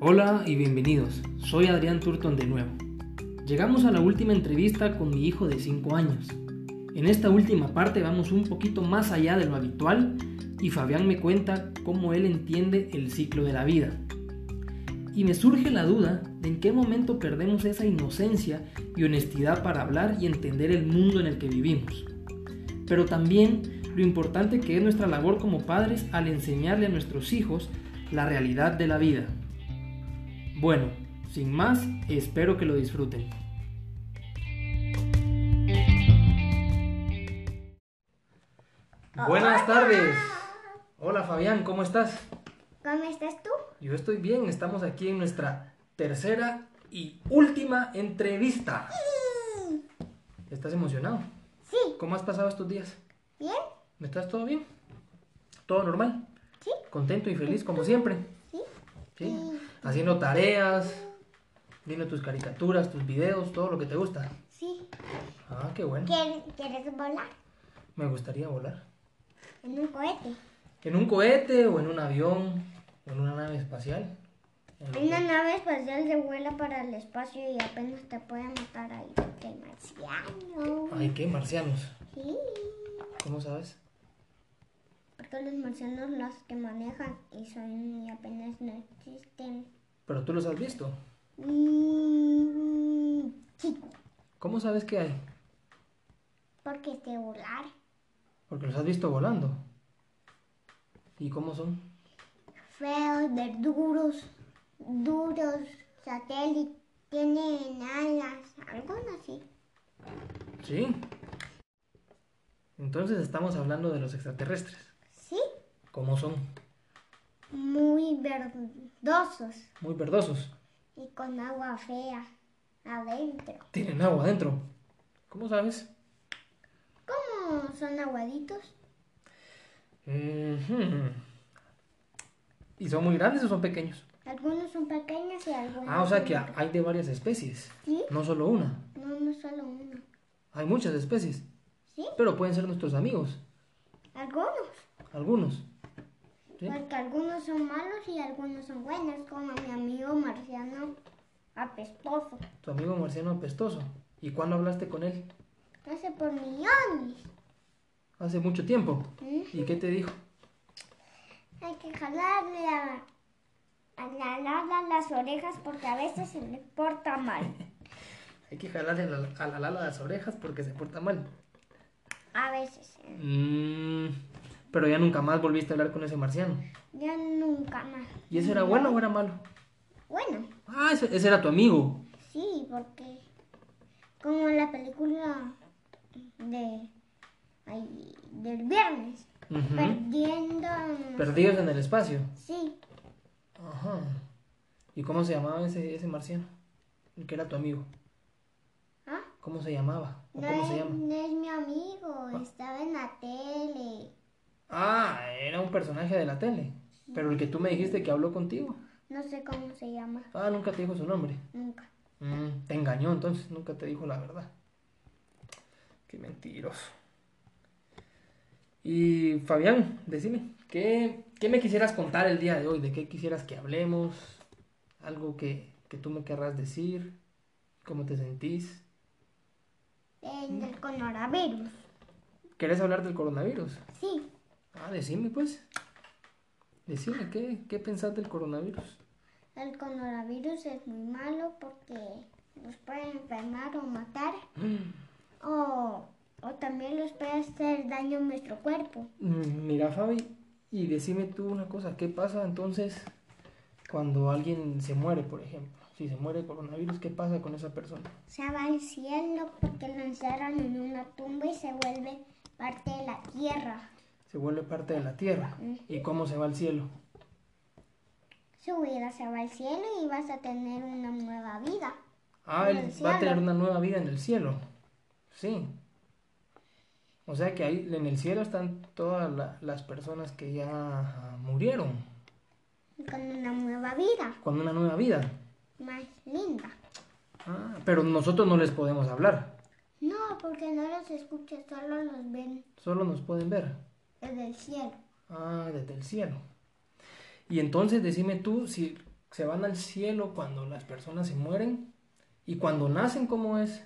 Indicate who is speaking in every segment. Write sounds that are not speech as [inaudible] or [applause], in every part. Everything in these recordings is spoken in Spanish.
Speaker 1: Hola y bienvenidos, soy Adrián Turton de nuevo. Llegamos a la última entrevista con mi hijo de 5 años. En esta última parte vamos un poquito más allá de lo habitual y Fabián me cuenta cómo él entiende el ciclo de la vida. Y me surge la duda de en qué momento perdemos esa inocencia y honestidad para hablar y entender el mundo en el que vivimos. Pero también lo importante que es nuestra labor como padres al enseñarle a nuestros hijos la realidad de la vida. Bueno, sin más, espero que lo disfruten. Buenas tardes. Hola Fabián, ¿cómo estás?
Speaker 2: ¿Cómo estás tú?
Speaker 1: Yo estoy bien, estamos aquí en nuestra tercera y última entrevista. ¿Estás emocionado?
Speaker 2: Sí.
Speaker 1: ¿Cómo has pasado estos días?
Speaker 2: ¿Bien?
Speaker 1: ¿Estás todo bien? ¿Todo normal?
Speaker 2: Sí.
Speaker 1: ¿Contento y feliz como siempre?
Speaker 2: Sí.
Speaker 1: ¿Sí? Haciendo tareas, viendo tus caricaturas, tus videos, todo lo que te gusta.
Speaker 2: Sí.
Speaker 1: Ah, qué bueno.
Speaker 2: ¿Quieres, quieres volar?
Speaker 1: Me gustaría volar.
Speaker 2: En un cohete.
Speaker 1: ¿En un cohete o en un avión o en una nave espacial? En lo
Speaker 2: En Una
Speaker 1: que-
Speaker 2: nave espacial se vuela para el espacio y apenas te puede matar ahí porque hay marcianos.
Speaker 1: Ay, qué marcianos.
Speaker 2: Sí.
Speaker 1: ¿Cómo sabes?
Speaker 2: Porque los marcianos los que manejan y son y apenas no existen.
Speaker 1: Pero tú los has visto.
Speaker 2: Mm, sí.
Speaker 1: ¿Cómo sabes que hay?
Speaker 2: Porque te volar.
Speaker 1: Porque los has visto volando. ¿Y cómo son?
Speaker 2: Feos, verduros, duros, satélites. Tienen alas, algunos sí.
Speaker 1: Sí. Entonces estamos hablando de los extraterrestres.
Speaker 2: Sí,
Speaker 1: ¿Cómo son?
Speaker 2: muy verdosos
Speaker 1: Muy verdosos.
Speaker 2: y con agua fea adentro.
Speaker 1: Tienen agua adentro. ¿Cómo sabes?
Speaker 2: ¿Cómo son aguaditos?
Speaker 1: Ujú. ¿Y son muy grandes o son pequeños?
Speaker 2: Algunos son pequeños y algunos.
Speaker 1: Ah, o sea
Speaker 2: son
Speaker 1: que
Speaker 2: grandes.
Speaker 1: hay de varias especies.
Speaker 2: Sí,
Speaker 1: No solo una.
Speaker 2: no, no solo uno.
Speaker 1: Hay muchas especies.
Speaker 2: Sí,
Speaker 1: Pero pueden ser nuestros amigos.
Speaker 2: algunos.
Speaker 1: Algunos. ¿Sí?
Speaker 2: Porque algunos son malos y algunos son buenos, como mi amigo marciano apestoso.
Speaker 1: Tu amigo marciano apestoso. ¿Y cuándo hablaste con él?
Speaker 2: Hace por millones.
Speaker 1: Hace mucho tiempo.
Speaker 2: ¿Mm?
Speaker 1: ¿Y qué te dijo?
Speaker 2: Hay que jalarle a, a la lala las orejas porque a veces se le porta mal.
Speaker 1: Hay que jalarle la- a la lala las orejas porque se porta mal.
Speaker 2: A veces. ¿eh?
Speaker 1: Mm, pero ya nunca más volviste a hablar con ese marciano.
Speaker 2: Ya nunca más.
Speaker 1: ¿Y eso era bueno o era malo?
Speaker 2: Bueno,
Speaker 1: Ah, ese, ese era tu amigo.
Speaker 2: sí, porque como la película de ay, del viernes,
Speaker 1: Ujú.
Speaker 2: perdiendo,
Speaker 1: Perdidos en el espacio.
Speaker 2: sí,
Speaker 1: Ajá. ¿Y cómo se llamaba ese, ese marciano? El que era tu amigo.
Speaker 2: ¿ah?
Speaker 1: ¿Cómo se llamaba? ¿O
Speaker 2: No
Speaker 1: cómo
Speaker 2: es,
Speaker 1: se llama?
Speaker 2: no es mi amigo, estaba en la tele.
Speaker 1: Ah, era un personaje de la tele. Pero el que tú me dijiste que habló contigo.
Speaker 2: No sé cómo se llama,
Speaker 1: Ah, nunca te dijo su nombre.
Speaker 2: nunca.
Speaker 1: Mm, te engañó entonces, nunca te dijo la verdad. Qué mentiroso. Y Fabián, decime, ¿qué, qué me quisieras contar el día de hoy? ¿De qué quisieras que hablemos? ¿Algo que, que tú me querrás decir? ¿Cómo te sentís? Mm.
Speaker 2: En el coronavirus,
Speaker 1: ¿Querés hablar del coronavirus?
Speaker 2: sí.
Speaker 1: Ah, decime pues. Decime, ¿qué, qué pensás del coronavirus?
Speaker 2: El coronavirus es muy malo porque los puede enfermar o matar
Speaker 1: Mm.
Speaker 2: o, o también los puede hacer daño a nuestro cuerpo.
Speaker 1: Mm, Mira, Fabi, y decime tú una cosa, ¿qué pasa entonces cuando alguien se muere, por ejemplo? Si se muere coronavirus, ¿qué pasa con esa persona?
Speaker 2: Se va al cielo porque lo encerran en una tumba y se vuelve parte de la tierra.
Speaker 1: Se vuelve parte de la tierra. ¿Y cómo se va al cielo?
Speaker 2: Su vida se va al cielo y vas a tener una nueva vida.
Speaker 1: Ah,
Speaker 2: En
Speaker 1: él
Speaker 2: el
Speaker 1: va a tener
Speaker 2: cielo.
Speaker 1: una nueva vida en el cielo. Sí. O sea que ahí en el cielo están todas la- las personas que ya murieron,
Speaker 2: Con una nueva vida
Speaker 1: con una nueva vida.
Speaker 2: más linda.
Speaker 1: Ah, pero nosotros no les podemos hablar,
Speaker 2: No, porque no los escuchas, solo los ven
Speaker 1: solo nos pueden ver.
Speaker 2: desde el cielo.
Speaker 1: Ah, desde el cielo. Y entonces decime tú si se van al cielo cuando las personas se mueren y cuando nacen, ¿cómo es?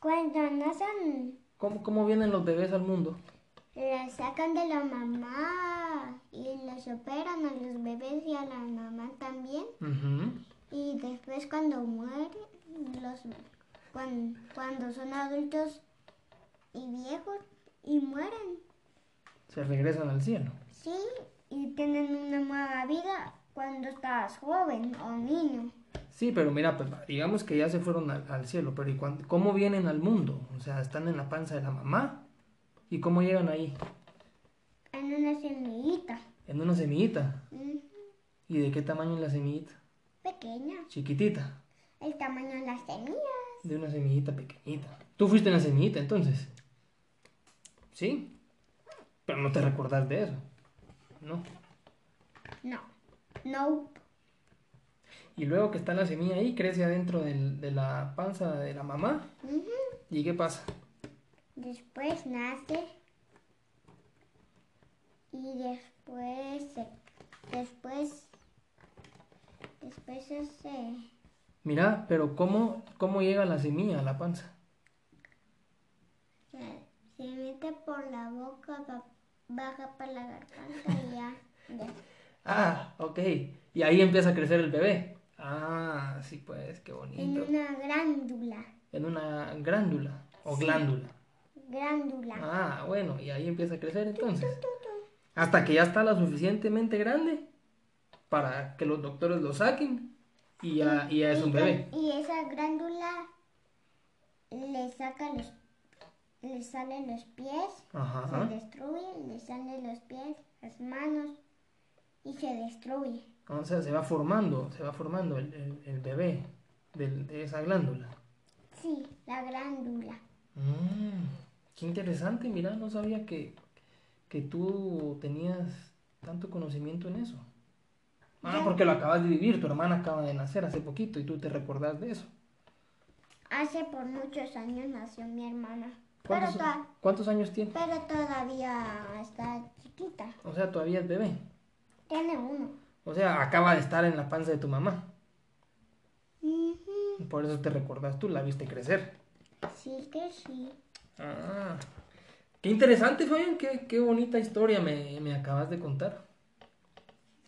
Speaker 2: Cuando nacen,
Speaker 1: ¿Cómo, cómo vienen los bebés al mundo?
Speaker 2: las sacan de la mamá y los operan a los bebés y a la mamá también.
Speaker 1: Ujú.
Speaker 2: Y después cuando mueren, los, cuan- cuando, son adultos y viejos y mueren,
Speaker 1: Se regresan al cielo.
Speaker 2: sí, y tienen una nueva vida cuando estás joven o niño.
Speaker 1: Sí, pero mira, pues, digamos que ya se fueron al, al cielo, pero ¿y cuán- cómo vienen al mundo? O sea, están en la panza de la mamá y cómo llegan ahí,
Speaker 2: En una semillita
Speaker 1: en una semillita.
Speaker 2: mm,
Speaker 1: ¿Y de qué tamaño es la semillita?
Speaker 2: pequeña,
Speaker 1: Chiquitita,
Speaker 2: el tamaño de las semillas.
Speaker 1: de una semillita pequeñita. ¿Tú fuiste una semillita entonces? Sí, pero no te recordás de eso, ¿no?
Speaker 2: No, no,
Speaker 1: Y luego que está la semilla ahí, crece adentro del- de la panza de la mamá.
Speaker 2: ujú.
Speaker 1: ¿Y qué pasa?
Speaker 2: Después nace y después se- después después se
Speaker 1: Mira, pero ¿cómo, cómo llega la semilla a la panza?
Speaker 2: se, se mete por la boca ba- baja para la garganta y ya,
Speaker 1: [laughs]
Speaker 2: ya.
Speaker 1: Ah, ok. Y ahí empieza a crecer el bebé. Ah, sí, pues, qué
Speaker 2: en
Speaker 1: bonito.
Speaker 2: una glándula
Speaker 1: En una glándula o glándula.
Speaker 2: glándula
Speaker 1: Ah, bueno, y ahí empieza a crecer entonces.
Speaker 2: Tu, tu.
Speaker 1: Hasta que ya está lo suficientemente grande para que los doctores lo saquen y ya, y ya es un
Speaker 2: Y
Speaker 1: bebé.
Speaker 2: con- y esa glándula le saca los le salen los pies Se
Speaker 1: Ajá.
Speaker 2: destruye, le salen los pies, las manos y se destruye.
Speaker 1: O sea, se va formando, se va formando el, el- el bebé del- de esa glándula.
Speaker 2: Sí, la glándula.
Speaker 1: Mm, qué interesante, mira, no sabía que, que tú tenías tanto conocimiento en eso. Ah,
Speaker 2: Ya.
Speaker 1: porque lo acabas de vivir, tu hermana acaba de nacer hace poquito y tú te recordás de eso.
Speaker 2: Hace por muchos años nació mi hermana, pero,
Speaker 1: ¿Cuántos,
Speaker 2: to-
Speaker 1: cuántos años tiene?
Speaker 2: pero todavía está chiquita.
Speaker 1: O sea, todavía es bebé.
Speaker 2: Tiene uno.
Speaker 1: O sea, acaba de estar en la panza de tu mamá.
Speaker 2: Ujú.
Speaker 1: Por eso te recordás tú, la viste crecer.
Speaker 2: Sí que sí.
Speaker 1: Ah, qué interesante, Fabián, qué, qué bonita historia me, me acabas de contar.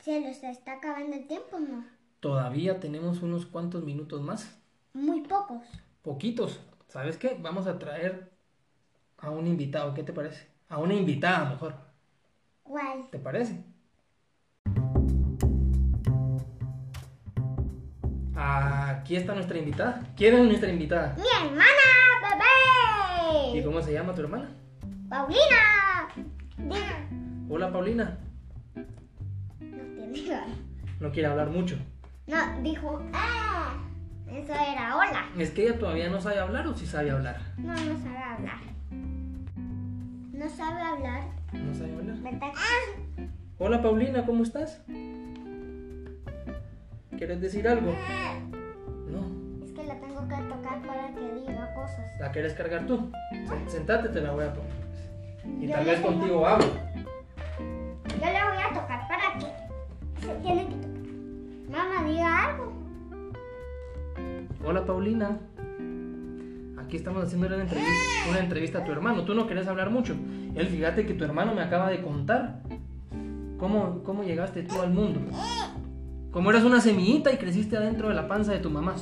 Speaker 2: Se los está acabando el tiempo, ¿no?
Speaker 1: Todavía tenemos unos cuantos minutos más.
Speaker 2: Muy pocos.
Speaker 1: poquitos. ¿Sabes qué? Vamos a traer a un invitado, ¿qué te parece? A una invitada mejor,
Speaker 2: ¿Cuál?
Speaker 1: ¿te parece? Aquí está nuestra invitada. ¿Quién es nuestra invitada?
Speaker 2: Mi hermana,
Speaker 1: ¿Y
Speaker 2: bebé.
Speaker 1: cómo se llama tu hermana?
Speaker 2: Paulina. Diga.
Speaker 1: Hola Paulina.
Speaker 2: No tiene.
Speaker 1: No quiere hablar mucho.
Speaker 2: No, dijo, ¡ah! Eso era hola.
Speaker 1: Es que ella todavía no sabe hablar o si sabe hablar.
Speaker 2: No, no sabe hablar. No sabe hablar,
Speaker 1: No sabe hablar.
Speaker 2: ¿verdad?
Speaker 1: Hola Paulina, ¿cómo estás? ¿Quieres decir algo? No.
Speaker 2: Es que la tengo que tocar para que diga cosas.
Speaker 1: ¿La quieres cargar tú? Se- Sentate, te la voy a poner. Y
Speaker 2: Yo
Speaker 1: tal
Speaker 2: le
Speaker 1: vez
Speaker 2: tengo-
Speaker 1: contigo hablo.
Speaker 2: Yo le voy a tocar para que se tiene que tocar. Mamá, diga algo.
Speaker 1: Hola Paulina. Aquí estamos haciendo una entrevista, una entrevista a tu hermano. Tú no querés hablar mucho. Él, fíjate que tu hermano me acaba de contar cómo, cómo llegaste tú al mundo. Cómo eras una semillita y creciste adentro de la panza de tu mamá.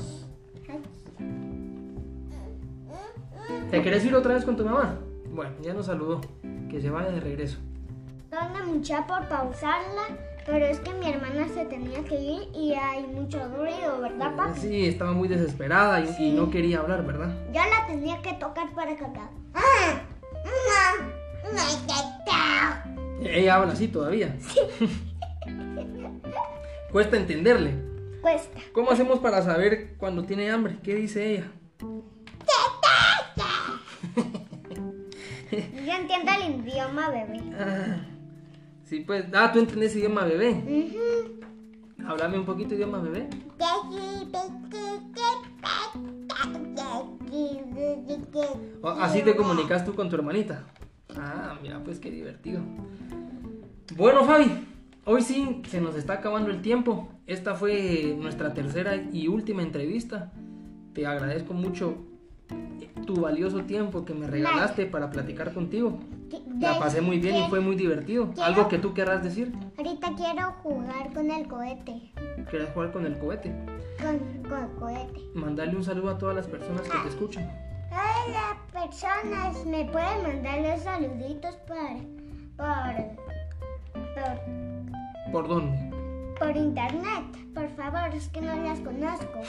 Speaker 1: ¿Te querés ir otra vez con tu mamá? Bueno, ya nos saludó. Que se vaya de regreso.
Speaker 2: Dona mucha por pausarla, pero es que mi hermana se tenía que ir y hay mucho ruido, ¿verdad, papi?
Speaker 1: Eh, Sí, estaba muy desesperada y, y no quería hablar, ¿verdad?
Speaker 2: Yo la tenía que tocar para que hablara. ¡Ah! ¡Mamá! ¡Me detectado!
Speaker 1: Ella habla así todavía. [laughs] Cuesta entenderle.
Speaker 2: Cuesta.
Speaker 1: ¿Cómo hacemos para saber cuando tiene hambre? ¿Qué dice ella?
Speaker 2: Yo entiendo el idioma, bebé.
Speaker 1: Ah, sí, pues. Ah, tú entendés idioma bebé.
Speaker 2: Ujú.
Speaker 1: Háblame un poquito idioma bebé. O- así te comunicas tú con tu hermanita. Ah, mira, pues qué divertido. Bueno, Fabi, hoy sí se nos está acabando el tiempo. Esta fue nuestra tercera y última entrevista. Te agradezco mucho eh, tu valioso tiempo que me regalaste para platicar contigo.
Speaker 2: Que-
Speaker 1: La
Speaker 2: de-
Speaker 1: pasé muy bien y
Speaker 2: que-
Speaker 1: fue muy divertido.
Speaker 2: quiero-
Speaker 1: ¿Algo que tú querrás decir?
Speaker 2: Ahorita quiero jugar con el cohete.
Speaker 1: ¿Quieres jugar con el cohete?
Speaker 2: Con, con el cohete.
Speaker 1: Mandarle un saludo a todas las personas que te escuchan.
Speaker 2: Ay, las personas me pueden mandar los saluditos por, por, por,
Speaker 1: ¿Por dónde?
Speaker 2: por internet. Por favor, es que no las conozco.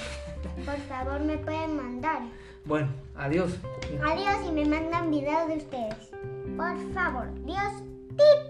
Speaker 2: Por favor, me pueden mandar.
Speaker 1: Bueno, adiós.
Speaker 2: Adiós y me mandan video de ustedes. Por favor, Dios. ¡Tit!